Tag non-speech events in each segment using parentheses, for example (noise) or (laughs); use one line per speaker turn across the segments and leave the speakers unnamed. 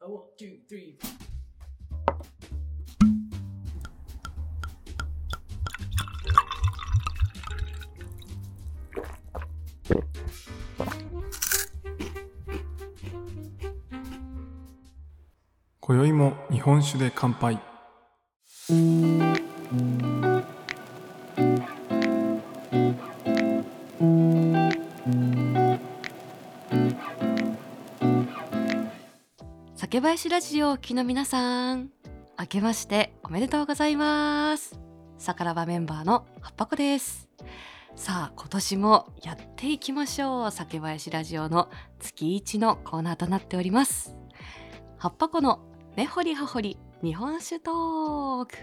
あ、ワン、ツー、スリ
今宵も日本酒で乾杯
酒林ラジオをお聞きの皆さん明けましておめでとうございますさからばメンバーの八箱ですさあ今年もやっていきましょう酒林ラジオの月一のコーナーとなっております八箱の根掘り葉掘り日本酒トーク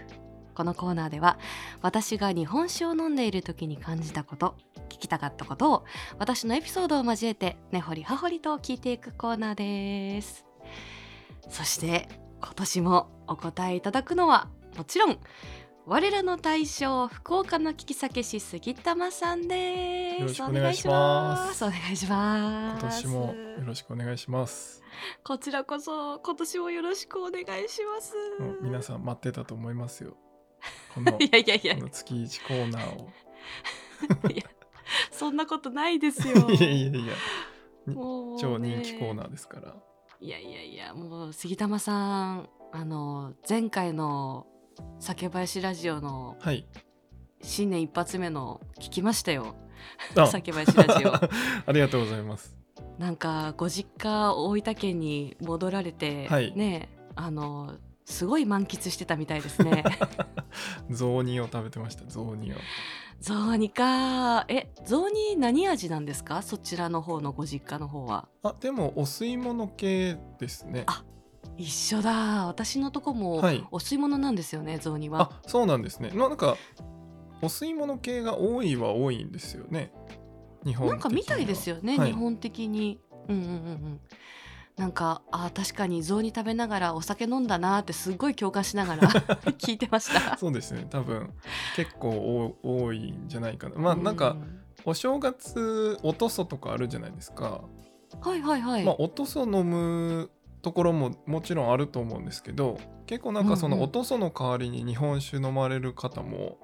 このコーナーでは私が日本酒を飲んでいる時に感じたこと聞きたかったことを私のエピソードを交えて根掘り葉掘りと聞いていくコーナーですそして今年もお答えいただくのはもちろん我らの大将福岡の聞き酒師杉玉さんです
よろしくお願いします
お願いしま
今
す
年もよろしくお願いします
こちらこそ今年もよろしくお願いします
もう皆さん待ってたと思います
(laughs)
よこのこ
いやいやいや
の月1コーナーを
そんなことないです
(laughs)
よ
いやいやいや
もうね
超人気コーナーですから
いやいやいやもう杉玉さんあの前回の酒林ラジオの (laughs)
はい
新年一発目の聞きましたよ
あ
酒林ラジ
(laughs)
オ
ありがとうございます
なんかご実家大分県に戻られて、
はい
ねあのすごい満喫してたみたいですね
雑煮を食べてました雑煮を
雑煮かえ雑煮何味なんですかそちらの方のご実家の方は
あでもお吸い物系ですね
あ一緒だ私のとこも
はい
お吸い物なんですよね、雑煮は
あそうなんですねななんかお吸い物系が多いは多いんですよね日本
なんかみたいです
よ
よね、
はい
日本的にうんうんうんうんなんかあ確かに雑煮食べながらお酒飲んだなーってすごい共感しながら (laughs) 聞いてま (laughs) した
そうですね多分結構お多いんじゃないかなまあなん
う
かお正月おとそとかあるじゃないですか、
はいはいはい、
まあおとそ飲むところももちろんあると思うんですけど結構なんかそ
うん
の
うん
おとその代わりに日本酒飲まれる方も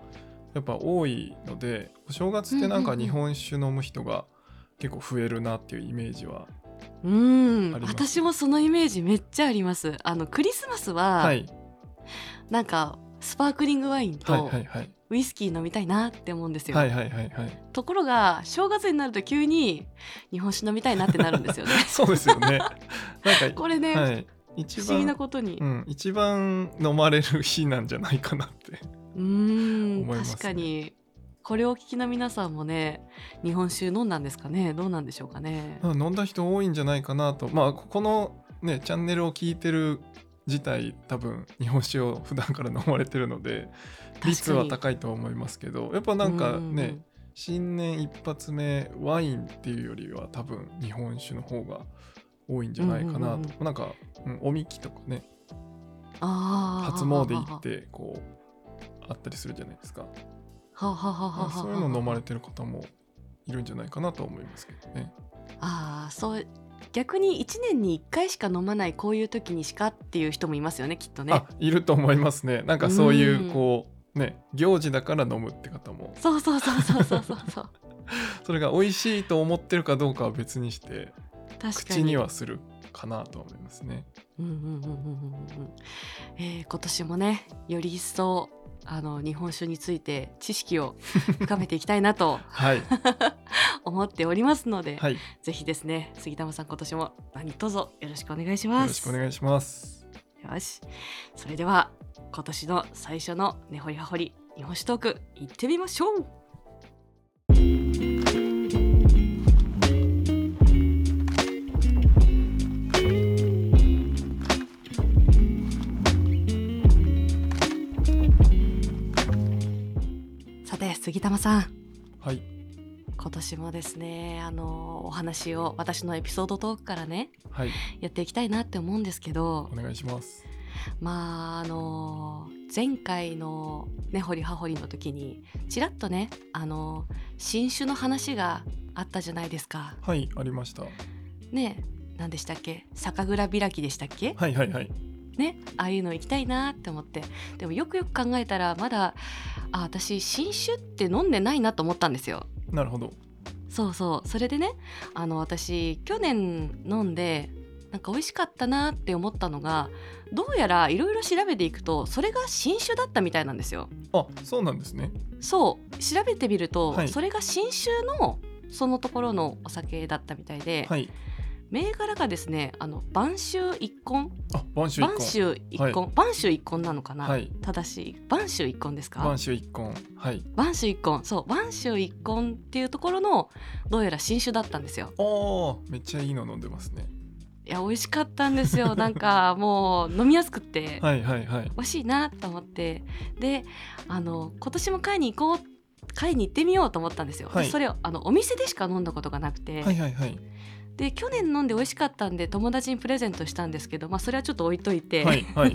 やっぱ多いのでお正月ってなんか日本酒飲む人が結構増えるなっていうイメージは、
うん
あります
私もそのイメージめっちゃありますあのクリスマスは、
はい
なんかスパークリングワイン
はい
と
はいはい
ウイスキー飲みたいなって思うんですよ、
はいはいはいはい
ところが正月になると急に日本酒飲みたいなってなるんです
(laughs)
よね
そうですよ
(laughs)
ね。なんか、
これね、
はい、一
不思議な
番、
ことに
うん、一番飲まれる日なんじゃないかなって。 (laughs)
うーん
思いますね
確かにこれをお聞きの皆さんもね日本酒飲んだんですかねどうなんでしょうかね
まあ飲んだ人多いんじゃないかなと、まあ、ここのね、チャンネルを聞いてる。自体多分日本酒を普段から飲まれてるので率は高いと思いますけどやっぱなんかね、新年一発目ワインっていうよりは多分日本酒の方が多いんじゃないかなと、
うんうんう
なんか、うん、おみきとかね初
初
詣行ってこうあったりするじゃないですか
はははははは
そういうの飲まれてる方もいるんじゃないかなと思いますけどね。
ああそう逆に1年に1回しか飲まないこういう時にしかっていう人もいますよねきっとね
あいると思いますね。なんかそういううんこうね行事だから飲むって方も
そうそうそうそうそうそうそう
それが美味しいと思ってるかどうかは別にして
確かに
口にはするかなと思いますね。
うんうんうんうんうんうんえー今年もねより一層あの日本酒について知識を深めていきたいなと
(laughs) はい、
思っておりますので、
はい、よ
ぜひですね杉玉さん今年も何卒よろしくお願いします
ろしくお願いします。
よしそれでは今年の最初の「ねほりはほり日本酒トーク」行ってみましょうさて杉玉さん
はい、
今年もですねあのお話を私のエピソードトークからね
はい、
やっていきたいなって思うんですけど
お願いします。
まああの前回の根掘り葉掘りの時にちらっとねあの新種の話があったじゃないですか。
はい、ありました。
ね何でしたっけ酒蔵開きでしたっけ
はいはいはい
ねああいうの行きたいなって思ってでもよくよく考えたらまだあ私新酒って飲んでないなと思ったんですよ。
なるほど
そうそうそれでねあの私去年飲んでなんか美味しかったなって思ったのがどうやらいろいろ調べていくとそれが新種だったみたいなんですよ。
あそうなんですね
そう調べてみると、
はい
それが新種のそのところのお酒だったみたいで、
はい
銘柄がですねあの晩秋一根
あ晩秋一
晩
根
秋一根、
は
晩秋一根なのかな、
はい
正しい晩秋一根ですか
晩秋一根はい
晩秋一根そう晩秋一根っていうところのどうやら新種だったんですよ
あーめっちゃいいの飲んでますね
いや美味しかったんで
(laughs)
すよなんかもう飲みやすくって、
はいはいはい
美味しいなと思ってであの今年も買いに行こう買いに行ってみようと思ったんですよ、
はい
でそれをあのお店でしか飲んだことがなくて、
はいはいはい
で去年飲んで美味しかったんで友達にプレゼントしたんですけど、まあ、それはちょっと置いといて、
はい
(laughs)
はい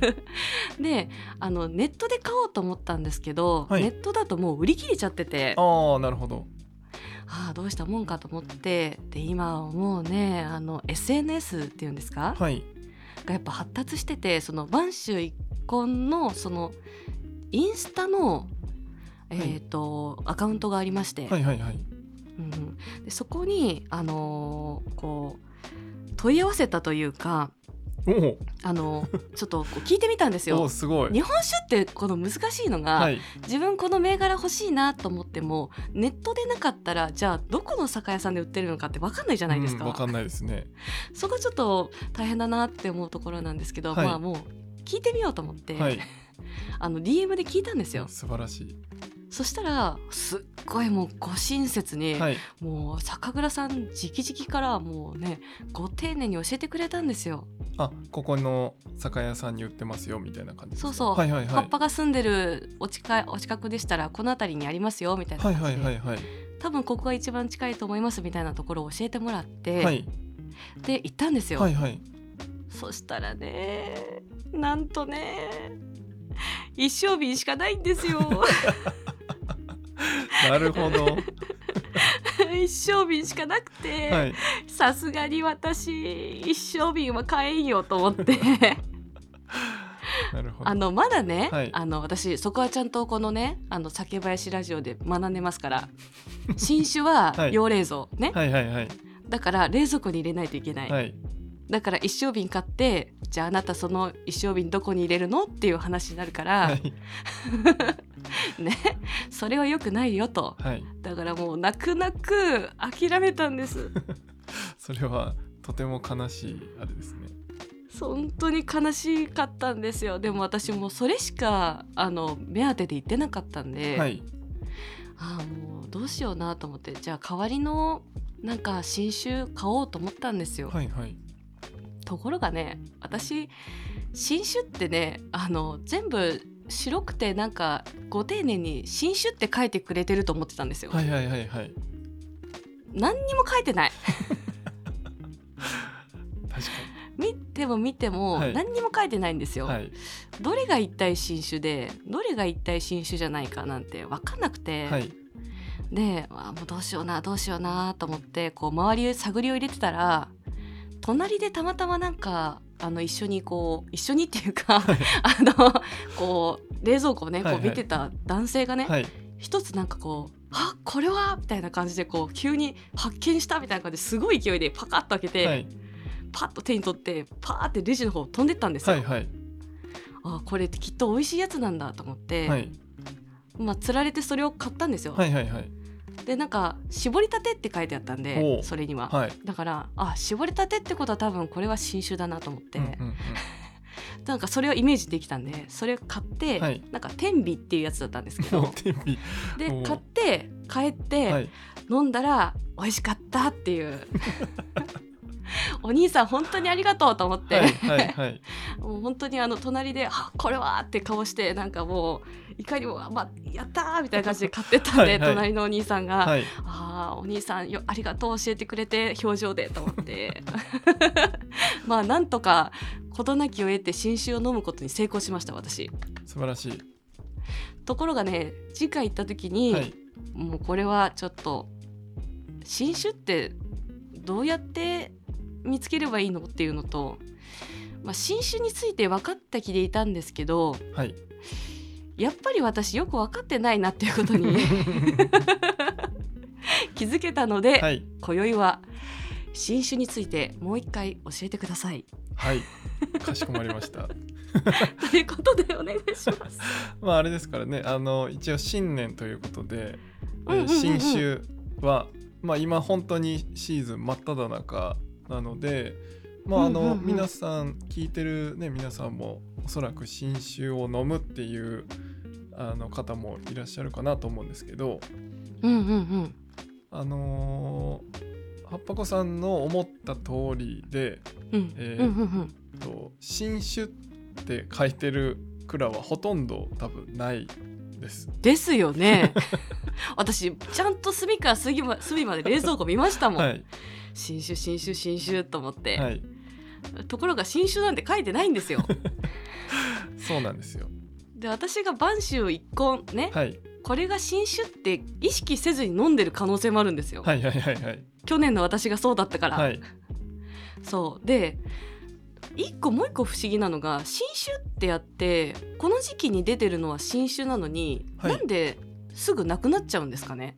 であのネットで買おうと思ったんですけど、
はい
ネットだともう売り切れちゃってて
ああなるほど
ああどうしたもんかと思ってで今はもうねあの SNS っていうんですか、
はい
がやっぱ発達しててその播州一婚のそのインスタの、えーとアカウントがありまして、
はいはいはい
うんうん、でそこに、あのーこう問い合わせたというか、
おー
あのーちょっとこう聞いてみたんです
お
よ
ー。すごい
日本酒ってこの難しいのが、
はい
自分この銘柄欲しいなと思ってもネットでなかったらじゃあどこの酒屋さんで売ってるのかって分かんないじゃないですか,、
うん、わかんないですね
そこちょっと大変だなって思うところなんですけど、
はい
まあもう聞いてみようと思って、
はい
あの DM で聞いたんですよ
素晴らしい
そしたらすっごいもうご親切に、
はい
もう酒蔵さん直々からもうねご丁寧に教えてくれたんですよ、
あここの酒屋さんに売ってますよみたいな感じですか
そうそう
はいはいは
葉
い
っぱが住んでるお近いお近くでしたらこの辺りにありますよみたいな
は
感
い
じで、
はいはいはい
多分ここが一番近いと思いますみたいなところを教えてもらって、
はい
で行ったんですよ、
はいはい
そしたらねなんとね一升瓶しかないんですよ
(laughs) なるほ
(laughs)
ど
一升瓶しかなくて、
はい
さすがに私一生瓶は買えんよと思って
(laughs) なるほど
あのまだね、
はい
あの私そこはちゃんとこのねあの酒林ラジオで学んでますから新酒
は
はい用冷蔵ね、
はいはいはい
だから冷蔵庫に入れないといけない、
はい
だから一生瓶買ってじゃああなたその一生瓶どこに入れるのっていう話になるから、
はい
ね (laughs) それは良くないよと
はい
だからもう泣く泣く諦めたん
(laughs)
です
それはとても悲しいあれですね
本当に悲しかったんですよでも私もうそれしかあの目当てで行ってなかったんで、
はい
ああもうどうしようなと思ってじゃあ代わりのなんか新種買おうと思ったんですよ、
はいはい
ところがね私新種ってねあの全部白くてなんかご丁寧に「新種」って書いてくれてると思ってたんですよ、
はいはいはいはい
何にも書いてない
確か
見ても見ても
はい
何にも書いてないんですよ、
にはい
どれが一体新種でどれが一体新種じゃないかなんて分かんなくて、
はい
であもうどうしようなどうしようなと思ってこう周り探りを入れてたら隣でたまたまなんかあの一緒にこう一緒にっていうか (laughs) あのこう冷蔵庫をねこ
はいうはい
見てた男性がね、
はい
一つなんかこう「あこれは!」みたいな感じでこう急に発見したみたいな感じですごい勢いでパカッと開けて、
はい
パッと手に取ってパーってレジの方飛んでったんですよ。
はいはい
あこれってきっと美味しいやつなんだと思って、
はい
まあ、釣られてそれを買ったんですよ、
はいはいはい
でなんか「絞りたて」って書いてあったん
お
で
う
それには、
はい
だからあ絞りたてってことは多分これは新種だなと思って、
うんうんうん
なんかそれをイメージできたんでそれを買って、
はい
なんか天秤っていうやつだったんですけ
もう
ど
天日
で
おう
買って帰って、
はい
飲んだら美味しかったっていうお兄さん本当にありがとうと思って、
はいはいはい
もう本当にあの隣で「あこれは!」って顔してなんかもういかにも「あまあ、やったー!」みたいな感じで買ってたんで
はいはい
隣のお兄さんが「
はい
(laughs) ああお兄さんよありがとう教えてくれて表情で」と思って (laughs) まあなんとか事なきを得て新酒を飲むことに成功しました私
素晴らしい
ところがね次回行った時に、
はい
もうこれはちょっと新酒ってどうやって見つければいいのっていうのと、まあ、新種について分かった気でいたんですけど
はい
やっぱり私よく分かってないなっていうことに (laughs) 気づけたので、
(laughs) はい
今宵は新種についてもう一回教えてください。
はいかしこまりました
ということでお願いします。
まああれですからねあの一応新年ということで、え
うんうんう
ー
んう
新
ん
種は、まあ、今本当にシーズン真っ只中なので、まああの
うんうんうん
皆さん聞いてる、ね、皆さんもおそらく新種を飲むっていうあの方もいらっしゃるかなと思うんですけど、
うんうんうん。
あのー、はっぱこさんの思った通りで、
うん、
えー
うんうん
えっと新種って書いてる蔵はほとんど多分ないです。
うん。ですよね。 (laughs) 私ちゃんと隅から隅ま隅まで冷蔵庫見ましたもん。
はい、
新種新種新種と思って、
はい、
ところが新種なんて書いてないんですよ。
(laughs) そうなんですよ。
で私が晩秋一根ね、
はい、
これが新種って意識せずに飲んでる可能性もあるんですよ。
はい、はい、はい、はい、
去年の私がそうだったから。
はい、
そうで一個もう一個不思議なのが新種ってやってこの時期に出てるのは新種なのに、
はい
なんですぐなくなっちゃうんですかね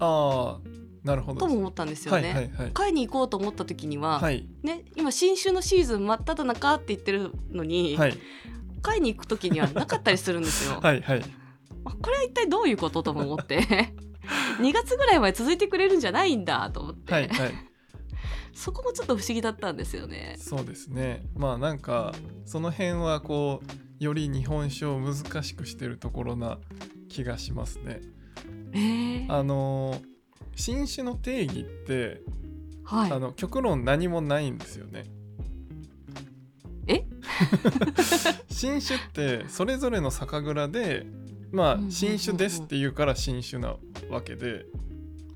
ああ、なるほど。
とも思ったんですよね。
はい、はい、
買いに行こうと思った時に
は
は、
い、はい、
ね、今新種のシーズン真っ只中って言ってるのに、
はい、
買いに行く時にはなかったりするんですよ。
(laughs) はい、はい、
あこれは一体どういうこととも思って (laughs) 2月ぐらいまで続いてくれるんじゃないんだと思って、
はい、はい、
そこもちょっと不思議だったんですよね。
そうですね。まあ、なんか、その辺はこう、より日本酒を難しくしてるところな気がしますね。
えー
あのー新種の定義って、
はい
あの極論何もないんですよね。
え
(laughs)
(laughs)
新種ってそれぞれの酒蔵でま
うんうんうんう
あ
ん
新種ですって言うから新種なわけで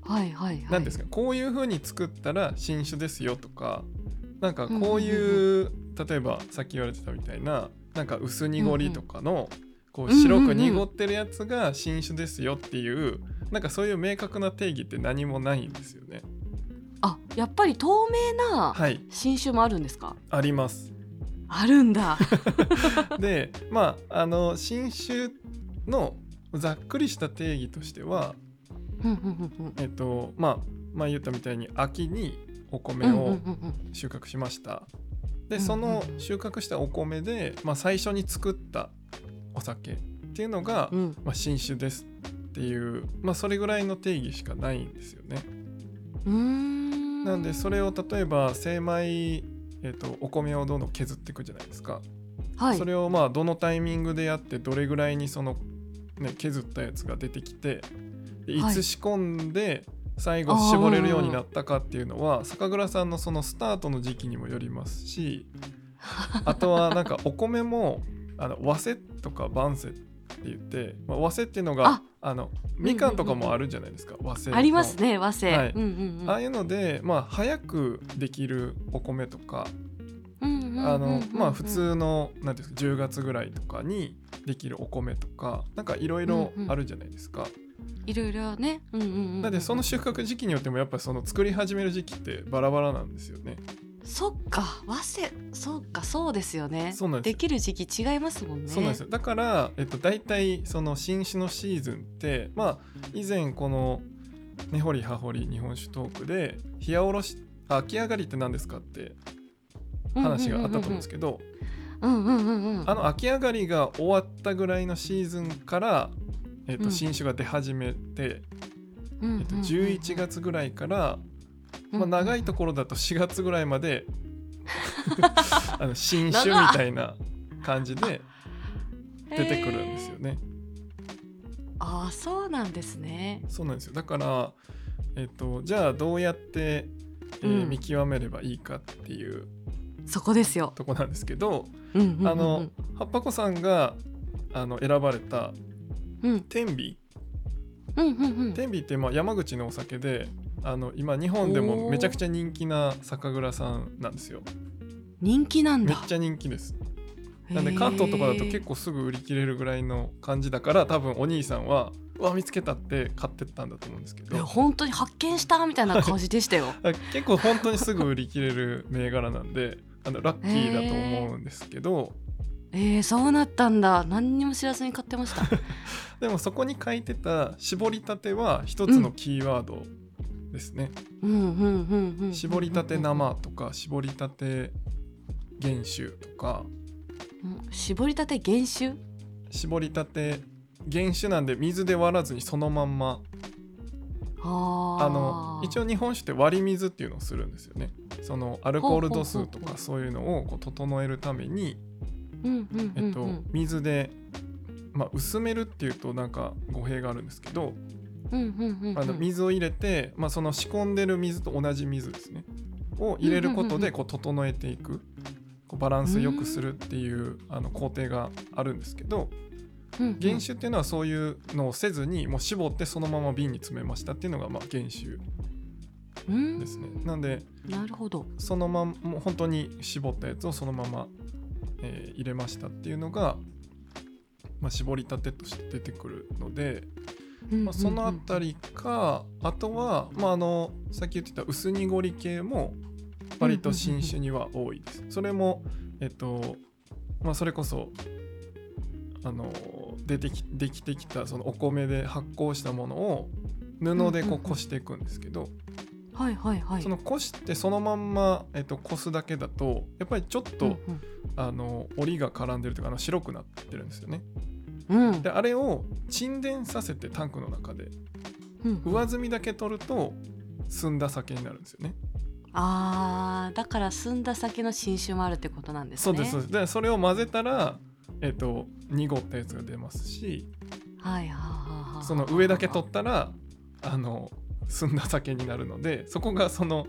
はいはいはい。
何ですかこういう風に作ったら新種ですよとかなんかこういう例えばさっき言われてたみたいななんか薄濁りとかのこう白く濁ってるやつが新種ですよっていうなんかそういう明確な定義って何もないんですよね。
あやっぱり透明な
はい
新種もあるんですか、
あります。
ある
(laughs)
んだ
でまああの新種のざっくりした定義としては
うんうんうんうん
えっとまあ前言ったみたいに秋にお
う
米
んうん
を
うん
収穫しました、
うんうん
でその収穫したお米で、まあ、最初に作ったお酒っていうのが、
うんうん
まあ、新種ですっていう、まあ、それぐらいの定義しかないんですよね。
うーん
なんでそれを例えば精米、えっと、お米をどんどん削っていくじゃないですか。
はい
それをまあどのタイミングでやってどれぐらいにその、ね、削ったやつが出てきてでい
はい
つ仕込んで最後絞れるようになったかっていうのは酒蔵さんのそのスタートの時期にもよります
(laughs)
しあとはなんかお米もあの和せとか晩せって言って、まあ、和せっていうのが
あ
あのみかんとかもあるじゃないですか和せの
ありますね和製、
はい
うんうんうん
ああいうので、まあ、早くできるお米とか
うんうんうんうん
あのまあ普通の何ていうんですか10月ぐらいとかにできるお米とかなんかいろいろあるじゃないですか。
いろいろね、うんうんうんうん、
なのでその収穫時期によってもやっぱりその作り始める時期ってバラバラなんですよね。
そっか和製そっかそうですよね
そうなんですよ
きる時期違いますもんね
そうなんですよだから、えっと、大体その新種のシーズンってまあ以前この「根掘り葉掘り日本酒トーク」で「冷やおろしあ秋上がりって何ですか?」って話があったと思うんですけど
うんうんうんうんうん
あの秋上がりが終わったぐらいのシーズンから、えっ
う
と、
ん
新種が出始めて。
うんうんうん
えっと、11月ぐらいから、まあ、長いところだと4月ぐらいま
(laughs)
であの新種みたいな感じで出てくるんですよ
へー
ね。
ああそうなんですね
そうなんですよだから、えっと、じゃあどうやって、えー
うん
見極めればいいかっていう
そこですよ
とこなんですけど、
うんうんうんうん
あの葉っぱ子さんがあの選ばれた
うん
天秤
うんうんうん
天秤ってまあ山口のお酒であの今日本でもめちゃくちゃ人気な酒蔵さんなんですよ。
人気なん
めっ
だ
ちゃ人気です。なんで関東とかだと結構すぐ売り切れるぐらいの感じだから多分お兄さんは「うわ見つけた」って買ってったんだと思うんですけ
いや
ど
本当に発見したみたいな感じでしたよ (laughs)
結構本当にすぐ売り切れる銘柄なんであのラッキーだと思うんですけど、
えー、そうなったんだ何にも知らずに買ってました (laughs)
でもそこに書いてた絞りたては一つのキーワードですね、
うんうんうんうん
絞りたて生とか絞りたて原酒とか
うん絞りたて原酒
絞りたて原酒なんで水で割らずにそのまんま
あー
あの一応日本酒って割り水っていうのをするんですよねそのアルコール度数と
ほうほうほうほ
か
う
そういうのをこう整えるために、
うんうんうん
えっと、水で、まあ、薄めるっていうとなんか語弊があるんですけど、
うんうんうんうん
あの水を入れて、まあ、その仕込んでる水と同じ水ですねを入れることでこう整えていくこうバランスよくするっていうあの工程があるんですけど
うんうん
原酒っていうのはそういうのをせずにもう絞ってそのまま瓶に詰めましたっていうのがまあ原酒
うん
ですね。なんで
なるほど
そのまんもう本当に絞ったやつをそのまま、えー入れましたっていうのが、まあ、絞りたてとして出てくるので、まあ、そのあたりか、あとは、まあ、あのさっき言ってた薄濁り系も割と新種には多いです。それも、えっとまあ、それこそあの出てきできてきたそのお米で発酵したものを布でこうこしていくんですけど、
りはいはいはい
そのこしてそのまんま、えっと、こすだけだとやっぱりちょっと、あの折りが絡んでるというかあの白くなってるんですよね。
うんうん
であれを沈殿させてタンクの中で
うん
上積みだけ取ると澄んだ酒になるんですよね。
あーだから澄んだ酒の新酒もあるってことなんですね
そうですそうですでそれを混ぜたら、えっと濁ったやつが出ますし
はいはあはあ
その上だけ取ったらあの澄んだ酒になるのでそこがその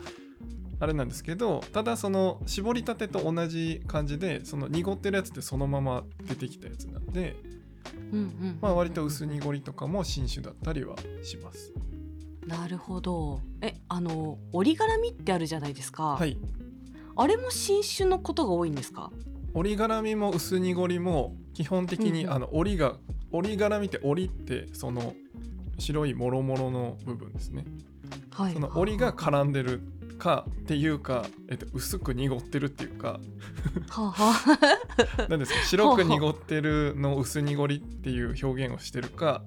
あれなんですけどただその絞りたてと同じ感じでその濁ってるやつってそのまま出てきたやつなんで、
うんうん
まあ、割と薄濁りとかも新種だったりはします。
なるほどえあの折り絡みってあるじゃないですか、
はい
あれも新種のことが多いんですか
折り絡みも薄濁りも基本的に、
うんうん
あの折りが折り絡みって折りってその白いもろもろの部分ですね。
はい
その折りが絡んでるかっていうか、えっと、薄く濁ってるっていうか
はあはあ
なんですか白く濁ってるのを薄濁りっていう表現をしてるか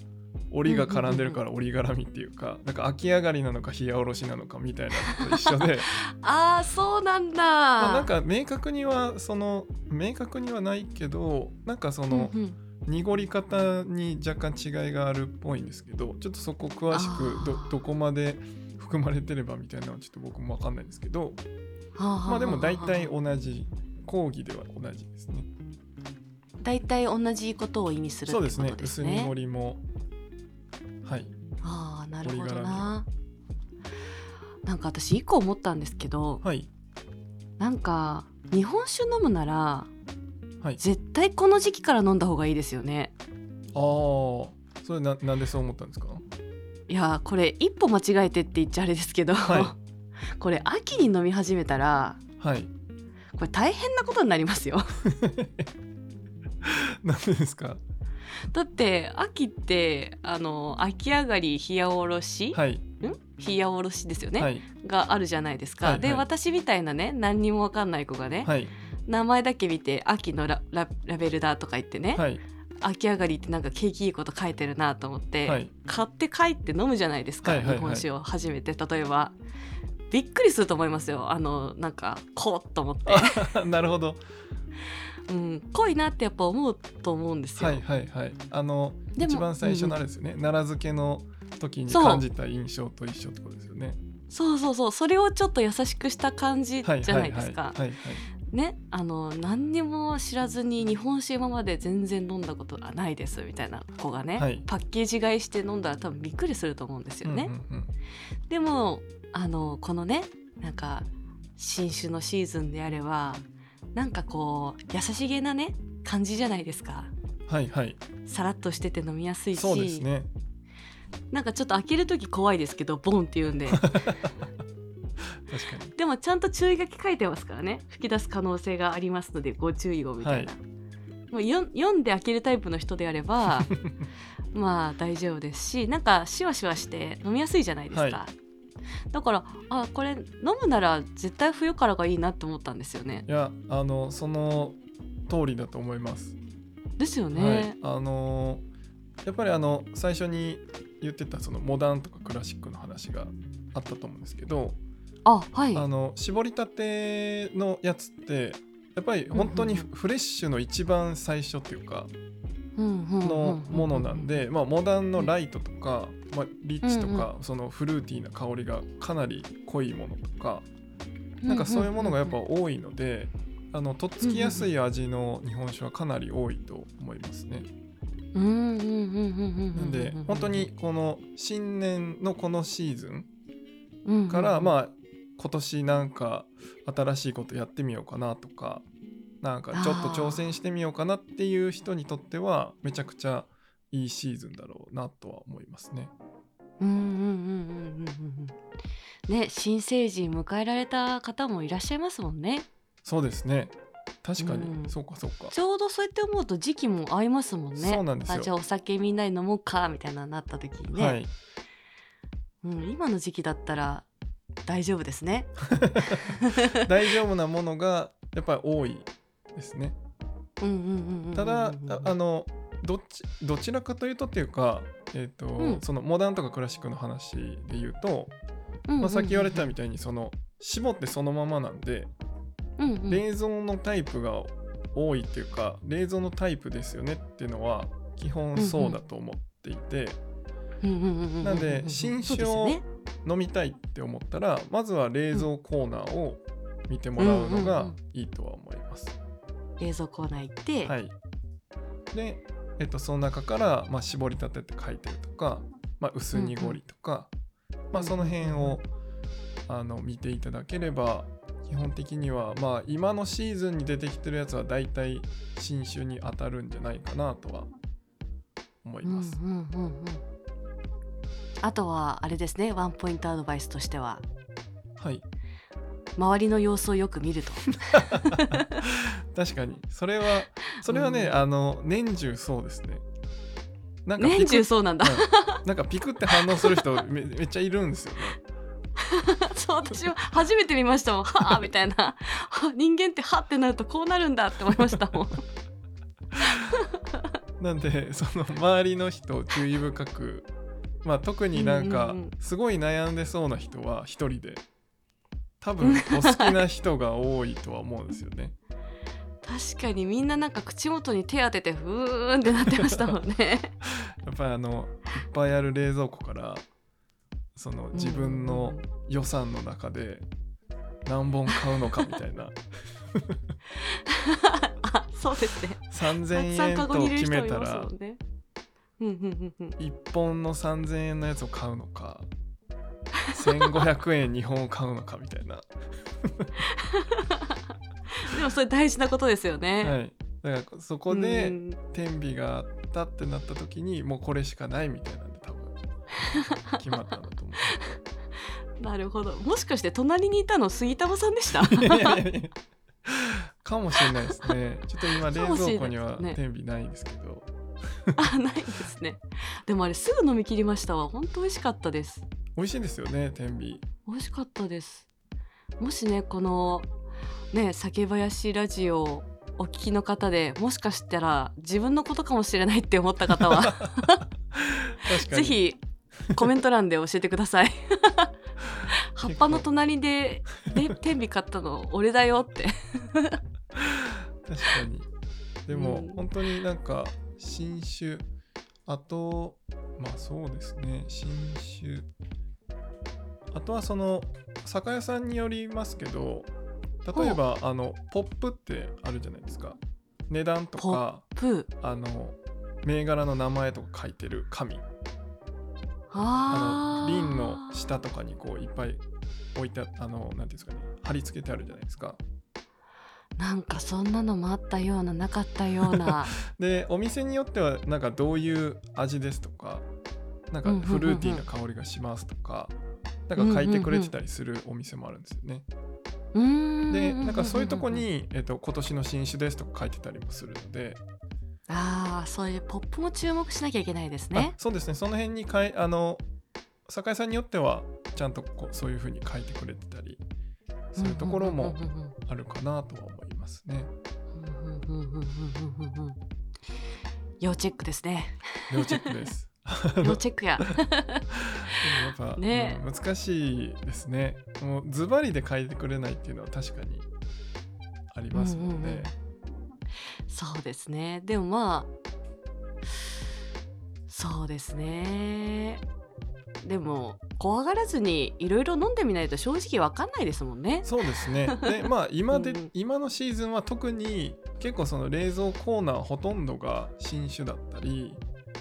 折りが絡んでるから折り絡みっていうかなんか秋上がりなのか冷やおろしなのかみたいなのと一緒
(laughs)
で
あーそうなんだ、
まあなんか明確にはその明確にはないけどなんかその
うんうん
濁り方に若干違いがあるっぽいんですけどちょっとそこ詳しくど
あー
どこまで含まれてればみたいなのはちょっと僕も分かんないんですけど
ははは
まあでも大体同じ講義では同じですね。
大体同じことを意味するって
そう
こと
で
です
す
ね
ね薄濁りもはい
ああなるほ
折
ど
り紙
ななんか私一個思ったんですけど
はい
なんか日本酒飲むなら
はい
絶対この時期から飲んだ方がいいですよね
ああーそれななんでそう思ったんですか
いやーこれ一歩間違えてって言っちゃあれですけど、
はい
(laughs) これ秋に飲み始めたら
はい (laughs)
これ大変なことになりますよ (laughs)
なんでですか
だって秋ってあの秋上がり冷やおろし、
はい
ん冷やおろしですよね、
はい
があるじゃないですか、
はいはい
で私みたいなね何にもわかんない子がね、
はい
名前だけ見て秋のラララベルだとか言ってね、
はい
秋上がりってなんか景気いいこと書いてるなと思って、
はい (laughs)
買って帰って飲むじゃないですか、
はいはいはい
日本酒を初めて例えばびっくりすると思いますよあのなんかこうと思って、
あなるほど
(laughs) うん、濃いなってやっぱ思うと思うんですよ、
はいはいはいあの
でも
一番最初のあ
うん
れですよね、奈良漬けの時に
そう
感じた印象と一緒ってことですよね
そうそうそうそれをちょっと優しくした感じじ
は
ゃ
い
な
はい
いで
はい
す
はい
か、
はい
ねあの何にも知らずに日本酒今まで全然飲んだことがないですみたいな子がね、
はい
パッケージ買いして飲んだら多分びっくりすると思うんですよね、
うんうんうん
でもあのこのねなんか新酒のシーズンであればなんかこう優しげなね感じじゃないですか
はいはい
さらっとしてて飲みやすいし
そうですね
なんかちょっと開ける時怖いですけどボンって言うんで
確かに
でもちゃんと注意書き書いてますからね吹き出す可能性がありますのでご注意をみたいな、
は
もうよ読んで開けるタイプの人であれ
(laughs)
ばまあ大丈夫ですしなんかシワシワして飲みやすいじゃないですか、
はい
だからあこれ飲むなら絶対冬からがいいなって思ったんですよね
いやあのその通りだと思います。
ですよね、
はい、あのやっぱりあの最初に言ってたそのモダンとかクラシックの話があったと思うんですけど、
あはい
あの絞りたてのやつってやっぱり本当に
うんうん
フレッシュの一番最初っていうか
の
のものなんで、まあ、モダンのライトとか、まあ、リッチとか、そのフルーティーな香りがかなり濃いものとか、なんかそういうものがやっぱ多いので、あのとっつきやすい味の日本酒はかなり多いと思いますね。なんで本当にこの新年のこのシーズンから、
あ
まあ今年なんか新しいことやってみようかなとかなんかちょっと挑戦してみようかなっていう人にとってはめちゃくちゃいいシーズンだろうなとは思いますね。
ね新成人迎えられた方もいらっしゃいますもんね
そうですね確かに、
うん
そうかそうか
ちょうどそうやって思うと時期も合いますもんね
そうなんですよ
あじゃあお酒みんなに飲もうかみたいなのになった時にね、
はい
うん、今の時期だったら大丈夫ですね
大丈夫なものがやっぱり多いですね。
うんうんうんうんうん
ただああのどっちどちらかというとっていうか、えーと
うん
そのモダンとかクラシックの話で言うと、
うんうんうん
まあ、さっき言われたみたいにその絞ってそのままなんで、
うんうん
冷蔵のタイプが多いっていうか冷蔵のタイプですよねっていうのは基本そうだと思っていて、
うんうんうんうんうん
なんで新酒を
そうですよね
飲みたいって思ったらまずは冷蔵コーナーを見てもらうの
うん
が
うんうん
いいとは思います。
冷蔵コーナー行って、
はい、で、えっと、その中から、まあ、絞りたてって書いてるとか、まあ、薄濁りとか、まあ、その辺をあの見ていただければ基本的には、まあ、今のシーズンに出てきてるやつは大体新種に当たるんじゃないかなとは思い
うんうん
ます。
うんうんあとはあれですねワンポイントアドバイスとしては
はい、
周りの様子をよく見ると
確かにそれはそれはね、
うん
あの年中そうですね。なんかピク
年中そうなんだ (laughs)
うんなんかピクって反応する人めめっちゃいるんですよね。
そう私は初めて見ましたもん
(laughs)
はあみたいな (laughs) 人間ってはってなるとこうなるんだって思いましたもん (laughs)
なんで (laughs) その周りの人を注意深く、まあ、特になんか
うんうんうん
すごい悩んでそうな人は一人で多分お好きな人が多いとは思うんですよ
(laughs)
ね。
確かにみんななんか口元に手当ててふーんってなってまし
(laughs)
たもんね
やっぱりあのいっぱいある冷蔵庫からその自分の予算の中で何本買うのかみたい
(laughs)
な
あそうで
(laughs)
すねたくさ
3,000
ん
円
カゴ
と
にいる
決
人
め
い
た
ます
ら
もんねうんうんうんうん
1本の3,000円のやつを買うのか1,500円2本を買うのかみたいな。
でもそれ大事なことですよね、
はい、だからそこで、
うん
天日があったってなった時にもうこれしかないみたいなんで多分決まったんだと思
なるほどもしかして隣にいたの杉玉さんでした (laughs)
ういやいやいや。かもしれないですね。ちょっと今冷
かもし
蔵庫
れない
に
ですね
は天日ないんですけど。
あないですねでもあれすぐ飲み切りましたわ本当美味しかったです
美味しいですよね、天日。
美味しかったですもしねこのね酒林ラジオをお聞きの方でもしかしたら自分のことかもしれないって思った
(laughs)
方は (laughs)
確か
ぜ
に。
ひコメント欄で教えてくだ
(laughs)
さい葉っぱの隣でで天日買ったの俺だよ
(laughs)
って
確かに。でも、
うん
本当になんか新種あとまあそうですね新種あとはその酒屋さんによりますけど例えばあのポップってあるじゃないですか値段とか
プー
あの銘柄の名前とか書いてる紙あの
あー
瓶の下とかにこういっぱい置いてああのなんていうんですかね貼り付けてあるじゃないですか
なんかそんなのもあったようななかったよ
(laughs)
うな
でお店によってはなんかどういう味ですとかなんか
うんうんうんう
フ
ん
ルーティーな香りがしますとか、なんか書いてくれてたりするお店もあるんですよね。
うーん
でなんかそういうとこに、えっと今年の新種ですとか書いてたりもするので
ああそういうポップも注目しなきゃいけないですね
あ。そうですねその辺にかいあの酒井さんによってはちゃんとこうそういう風に書いてくれてたりそういうところも
うんうんうんうん
あるかなとは思いますね。
うんうんうんうんうんうんうん要チェックですね。
(laughs) 要チェックです。
要チェックや。
でもやっぱ、
ね
うん難しいですねもうズバリで書いてくれないっていうのは確かにありますもんね、
うんうんうんそうですね。でもまあ、そうですね。でも怖がらずにいろいろ飲んでみないと正直わかんないですもんね。
そうです
(laughs)
ねでまあ今で、
うんうん
今のシーズンは特に結構その冷蔵コーナーほとんどが新酒だったり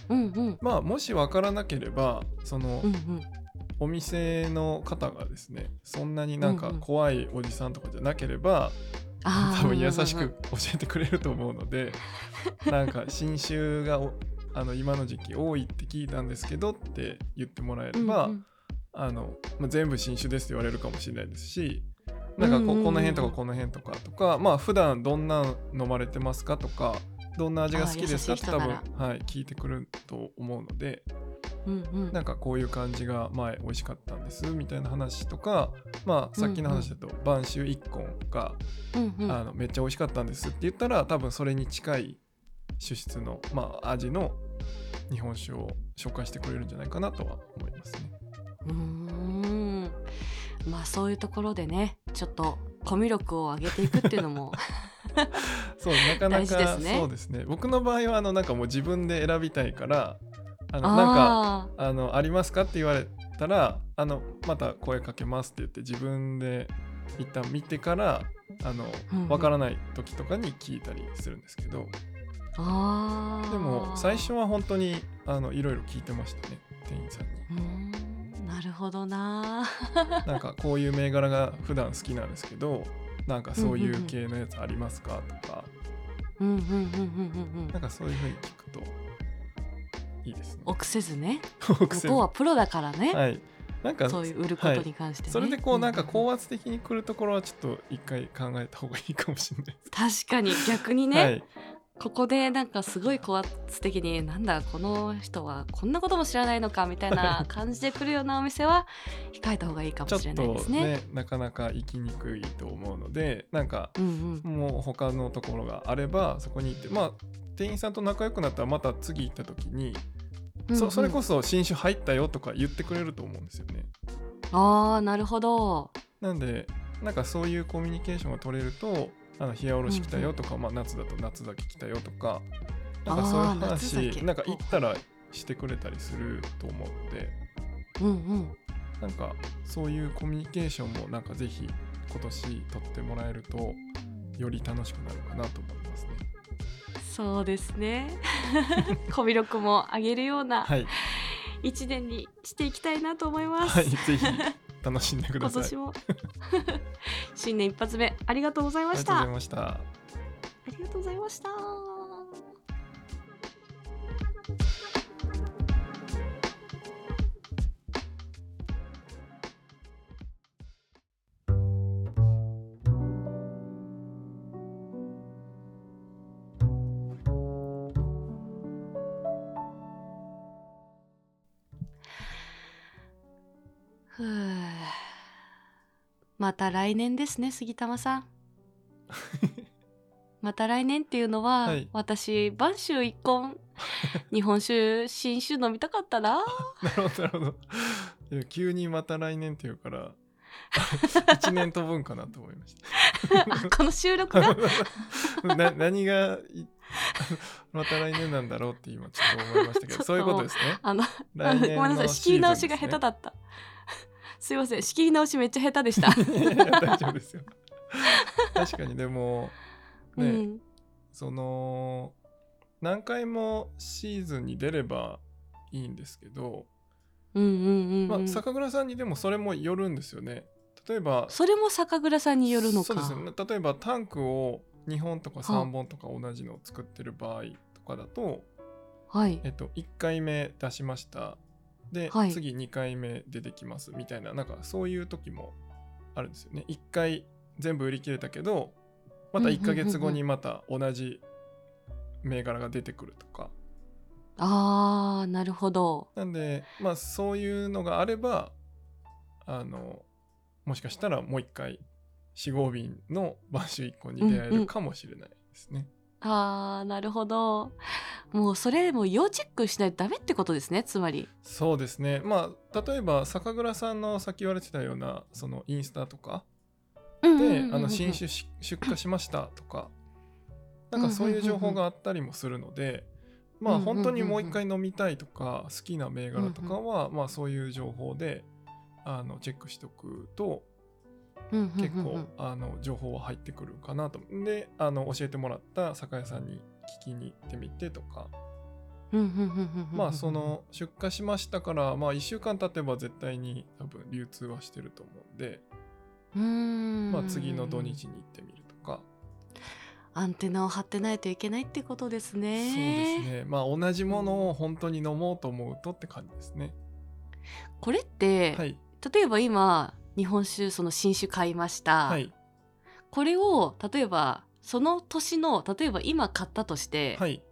うんうん。
まあもし分からなければその
うんうん。
お店の方がですねそんなになんか
うんうん
怖いおじさんとかじゃなければ、
あー
多分優しく。教えてくれると思うの
(laughs)
でなんか新種がおあの今の時期多いって聞いたんですけどって言ってもらえれ
うんうん
ば、
うん
あのまあ全部新種ですって言われるかもしれないですしなんかこ,、
うんうんうん
この辺とかこの辺とかとかまあ普段どんなん飲まれてますかとかどんな味が好きですかって
あ
多
ー優しい人
分、
な
はい、聞いてくると思うので
うんうん
なんかこういう感じが前美味しかったんですみたいな話とかまあさっきの話だと晩秋1個が
うんうん
あのめっちゃ美味しかったんですって言ったら多分それに近い酒質の、まあ、味の日本酒を紹介してくれるんじゃないかなとは思いますね。
うーんまあそういうところでねちょっとコミュ力を上げていくっていう
(laughs)
のも
そうなかな
大事で
か、
すね
そうですね僕の場合はあのなんかもう自分で選びたいからあのなんか
あ
あのありますかって言われたらあのまた声かけますって言って自分で一旦見てからあの
うんうん
わからない時とかに聞いたりするんですけど
ーあー
でも最初は本当にあのいろいろ聞いてましたね店員さんに。
うーんなるほ
(laughs)
どな
なんかこういう銘柄が普段好きなんですけどなんかそういう系のやつありますかとか
うんうんうんうんうんう
なんんかそういうふうに聞くといいですね。
臆せずね
(laughs) 奥
向こうはプロだからね、
はいなんか
そういう売ること
はい
に関してね、
それでこうなんか
ん
高圧的に来るところはちょっと一回考えた方がいいかもしれないです。
確かに逆にね、
はい、
ここでなんかすごい高圧的になんだこの人はこんなことも知らないのかみたいな感じで来るようなお店は控えた方がいいか
ちょ
も
っ
しれないで
と
すね。
ねなかなか行きにくいと思うのでなんか
うんうん、
もう他のところがあればそこに行ってまあ店員さんと仲良くなったらまた次行った時に、
うんう
そ
ん
それこそ新種入ったよとか言ってくれると思うんですよね。
ああなるほど
なんでなんかそういうコミュニケーションが取れるとあの冷やおろし来たよとか、まあ、夏だと夏酒来たよとかなんかそういう
あー夏
話
酒
なんか行ったらしてくれたりすると思うので
うんうん
なんかそういうコミュニケーションもなんかぜひ今年取ってもらえるとより楽しくなるかなと思いますね。
そうですね
(laughs)
コミュ力も上げるような (laughs)
はい、
一年にしていきたいなと思います、
はい、ぜひ楽しんでくだ
今
さい。
年も (laughs) 新年一発目ありがとうござい
あ
ま
り
し
がとうご
た
ざいました。
ありがとうございました。ふうまた来年ですね杉玉さん。
(laughs)
また来年っていうのは、
はい
私晩秋一
(laughs)
婚日本酒新酒飲みたかったな
なるほどなるほど。いや急にまた来年っていうから
(laughs)
一年飛ぶんかなと思いました。
あこの収録 (laughs) が
な何がい (laughs) また来年なんだろうって今ちょっと思いましたけ
ちょ
ど
っと
そういうことですね。
あのご
来年
めんなさ
の
い仕切
シ
り
ー
直
ズ
し
ンで
が
すね
下手だったすいません仕切り直しめっちゃ下手で
(laughs)
した、
いやいや大丈夫ですよ。確かにでも
う
ね、
ん、
その何回もシーズンに出ればいいんですけど、
うんうんうんうん、
まあ、酒蔵さんにでもそれもよるんですよね。例えば
それも酒蔵さんによるのか
そうですね例えばタンクを2本とか3本とか同じのを作ってる場合とかだと、
はい
えっと、1回目出しましたで、
はい
次2回目出てきますみたいななんかそういう時もあるんですよね1回全部売り切れたけどまた
うんうんうん
1ヶ月後にまた同じ銘柄が出てくるとか
あーなるほど
なんでまあそういうのがあればあのもしかしたらもう一回四合瓶の晩酒一個に出会えるかもしれないですね。
あーなるほどもうそれも要チェックしないとダメってことですねつまり
そうですねまあ例えば酒蔵さんのさっき言われてたようなそのインスタとか
で
であの新種し出荷しましたとかなんかそういう情報があったりもするのでまあ本当にもう一回飲みたいとか好きな銘柄とかはまあそういう情報であのチェックしておくと結構あの情報は入ってくるかなとであの教えてもらった酒屋さんに聞きに行ってみてとかまあその出荷しましたからまあ1週間経てば絶対に多分流通はしてると思うんでま
ま
あ次の土日に行ってみるとか。
アンテナを張ってないといけないってことですね
そうですね。まあ同じものを本当に飲もうと思うとって感じですね。
これって、
はい
例えば今日本酒その新酒買いました、
はい
これを例えばその年の例えば今買ったとして、
はい。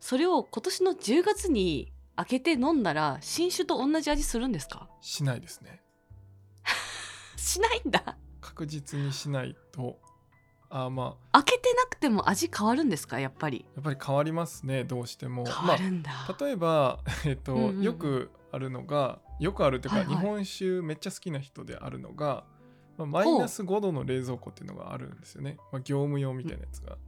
それを今年の10月に開けて飲んだら新酒と同じ味するんですか
しないですね。
しないんだ
確実にしないと、あーまあ
開けてなくても味変わるんですかやっぱり
やっぱり変わりますね。どうしても。
変わるんだ、
まあ例えば (laughs) えっと、
うんうんうん
よくあるのがよくあるというか、
はいはい
日本酒めっちゃ好きな人であるのが。まあマイナス5度の冷蔵庫っていうのがあるんですよね、まあ、業務用みたいなやつが。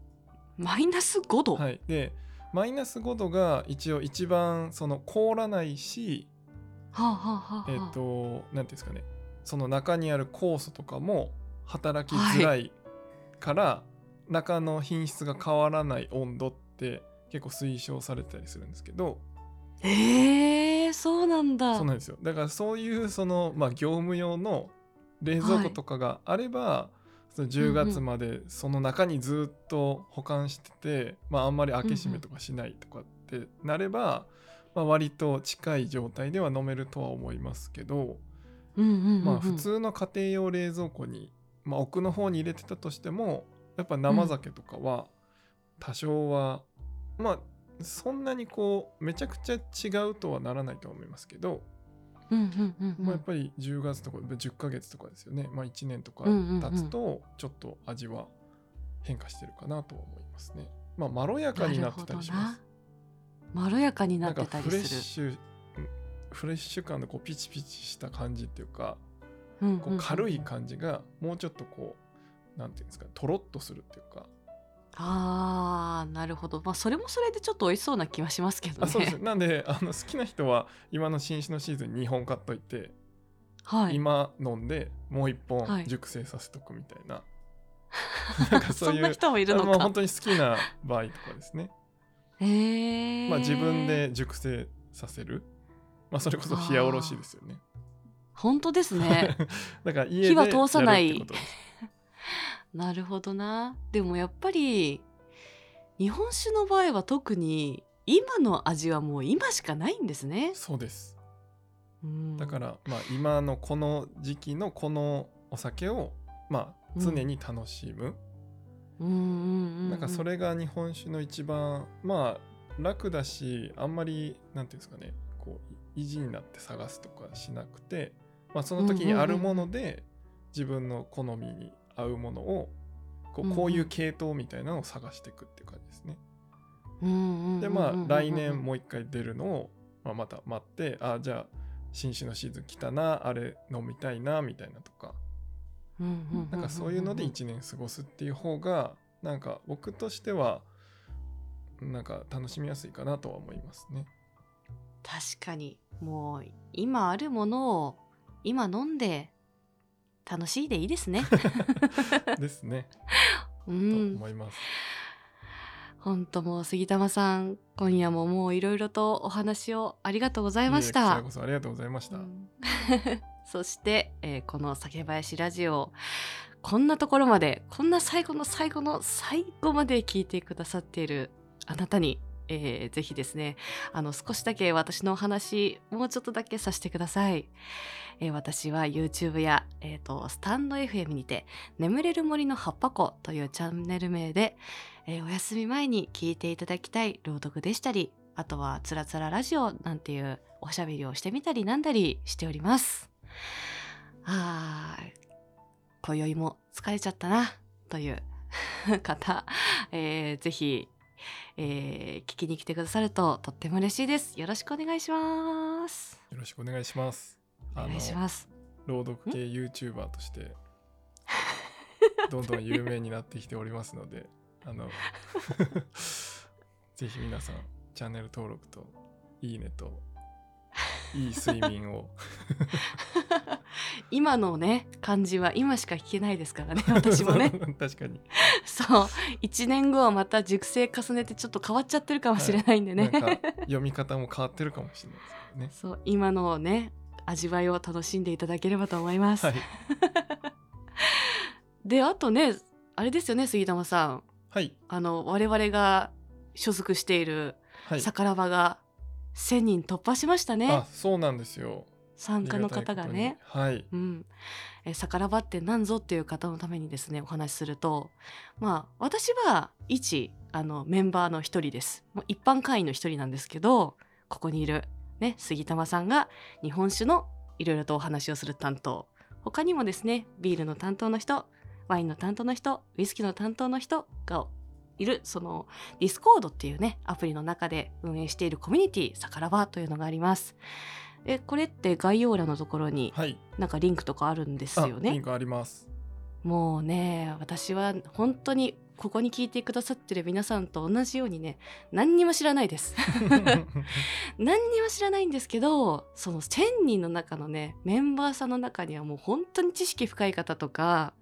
マイナス5度、
はい、でマイナス5度が一応一番その凍らないし、
はあはあはあ
えっ、と、なんていうんですかね、その中にある酵素とかも働きづらいから、中の品質が変わらない温度って結構推奨されてたりするんですけど、
えー、そうなんだ
そうなんですよ。だからそういうその、まあ、業務用の冷蔵庫とかがあれば、その10
うんう
月
ん
までその中にずっと保管してて、まあ、あんまり開け閉めとかしないとかってなれば、まあ、割と近い状態では飲めるとは思いますけど、
うんうんうんうん
まあ普通の家庭用冷蔵庫に、まあ、奥の方に入れてたとしてもやっぱ生酒とかは多少は、まあそんなにこうめちゃくちゃ違うとはならないとは思いますけど、
うんうんうんうん
まあ、やっぱり10月とか10ヶ月とかですよね、まあ、1年とか
うんうんうん
経つとちょっと味は変化してるかなとは思いますね。まあ、まろやかになってたりします。
なるほどなまろやかにな
な
っ
んか
てたり
フレッ
す
シュうんフレッシュ感のこうピチピチした感じっていうか
る
こう軽
い
い感じがもうちょっとこうなんていうんですかとろっとするっていうか
あーなるほどまあそれもそれでちょっと美味しそうな気はしますけどね
あそうですなんであの好きな人は今の新酒のシーズンに2本買っといて、
はい
今飲んでもう1
は
本
い
熟成させとくみたい
(laughs)
な、なんか
そ
そうい
ん
う
な人もいるの
あまあ
か
本当に好きな場合とかですね、
へえ
まあ自分で熟成させるまあそれこそ冷やおろしですよね
本当ですね
(laughs) だから家で
火は通さない
やるってことです
なるほどなでもやっぱり日本酒の場合は特に今の味はもう今しかないんですね、
そうです
うん、
だからまあ今のこの時期のこのお酒をまあ常に楽しむ、
うんうんうんう
なんかそれが日本酒の一番まあ楽だしあんまりなんていうんですかねこう意地になって探すとかしなくて、まあ、その時にあるもので自分の好みに合うものをこ
うんう
うんこういう系統みたいなのを探していくっていう感じですね。
うんうんうんうん
でまあ来年もう一回出るのを、まあ、また待ってあじゃあ新酒のシーズン来たなあれ飲みたいなみたいなとか
うんうんうんうん
なんかそういうので1年過ごすっていう方がなんか僕としてはなんか楽しみやすいかなとは思います
(laughs)
ね。
確かにもう今あるものを今飲んで楽しいでいいです
(laughs)
ね。
ですね。
う
と
ん、
思います。
本当もう杉玉さん今夜ももういろいろとお話をありがとうござ
あ
いまし
こち
た
ら。こそありがとうございました。
うん (laughs) そして、えーこの「酒林ラジオ」こんなところまでこんな最後の最後の最後まで聞いてくださっているあなたにえー、ぜひですねあの少しだけ私のお話もうちょっとだけさせてください、えー、私は YouTube や、えーと、とスタンド FM にて「眠れる森の葉っぱ子」というチャンネル名で、えー、お休み前に聞いていただきたい朗読でしたりあとは「つらつらラジオ」なんていうおしゃべりをしてみたりなんだりしておりますあ今宵も疲れちゃったなという (laughs) 方、えー、ぜひえー、聞きに来てくださるととっても嬉しいですよろしくお願いします
よろしくお願いします
お願いします
朗読系 YouTuber と
(laughs)
してどんどん有名になってきておりますのであ
(laughs)
のぜひ皆さんチャンネル登録といいねといい睡眠を
今のね感じは今しか聞けないですからね (laughs) 私も
(laughs)
ね
確かに
そう1年後はまた熟成重ねてちょっと変わっちゃってるかもしれないんでね、
はい、読み方も変わってるかもしれないですね
(laughs) そう今のね味わいを楽しんでいただければと思います、はい、であとねあれですよね杉玉さん
はい
あの我々が所属しているさからばが、1,000人突破しましたね。
あそうなんですよ
参加の方がね。
いはい、
うん、え逆らばって何ぞっていう方のためにですねお話しするとまあ私は一あのメンバーの一人ですもう一般会員の一人なんですけどここにいる、ね、杉玉さんが日本酒のいろいろとお話をする担当他にもですねビールの担当の人ワインの担当の人ウイスキーの担当の人がいるそのディスコードっていうねアプリの中で運営しているコミュニティさからばというのがありますえこれって概要欄のところに、
はい、
なんかリンクとかあるんですよね
リンクあり
(laughs)
ます
もうね私は本当にここに聞いてくださってる皆さんと同じようにね何にも知らないです何にも知らないんですけどその1,000人の中のねメンバーさんの中にはもう本当に知識深い方とか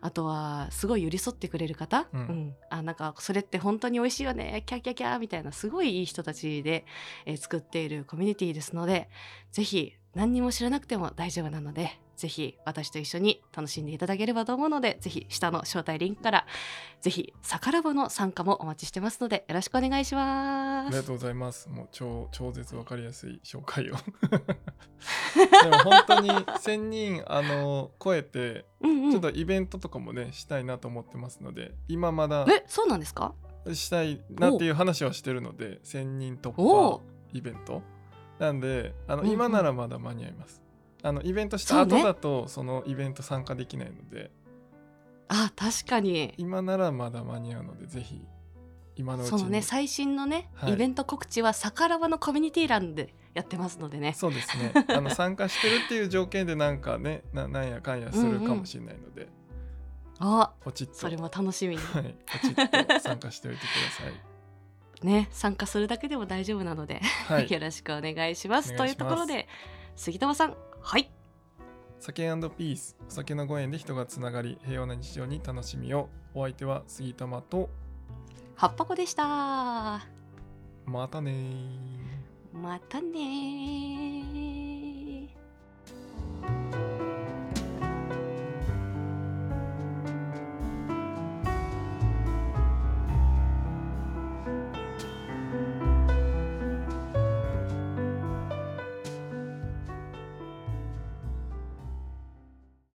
あとはすごい寄り添ってくれる方、うん、うん、あなんかそれって本当に美味しいよねキャキャキャみたいなすごいいい人たちで、えー、作っているコミュニティですので是非何にも知らなくても大丈夫なのでぜひ私と一緒に楽しんでいただければと思うので、ぜひ下の招待リンクから、ぜひサカラボの参加もお待ちしてますので、よろしくお願いします。あ
りがとうございます。もう超超絶わかりやすい紹介を。でも本当に1000人あの超えて、
うんうん、
ちょっとイベントとかもねしたいなと思ってますので、今まだ
えそうなんですか？
したいなっていう話はしてるので、1000人突破イベントなんで、あの、うんうん、今ならまだ間に合います。あのイベントした後だとそのイベント参加できないので、ね、
あ確かに
今ならまだ間に合うのでぜひ今のうちに
そのね最新のね、はい、イベント告知はさからばのコミュニティ欄でやってますのでね
そうですねあの参加してるっていう条件でなんかねななんやかんやするかもしれないので、
うんうん、あ
ポチッと
それも楽しみに、
はい、ポチッと参加しておいてください
ね参加するだけでも大丈夫なので、 (laughs) はい、よろしくお願いしますというところで杉玉さんはい
酒ピースお酒のご縁で人がつながり平和な日常に楽しみをお相手は杉玉と
葉っぱ子でしたま
たね
またね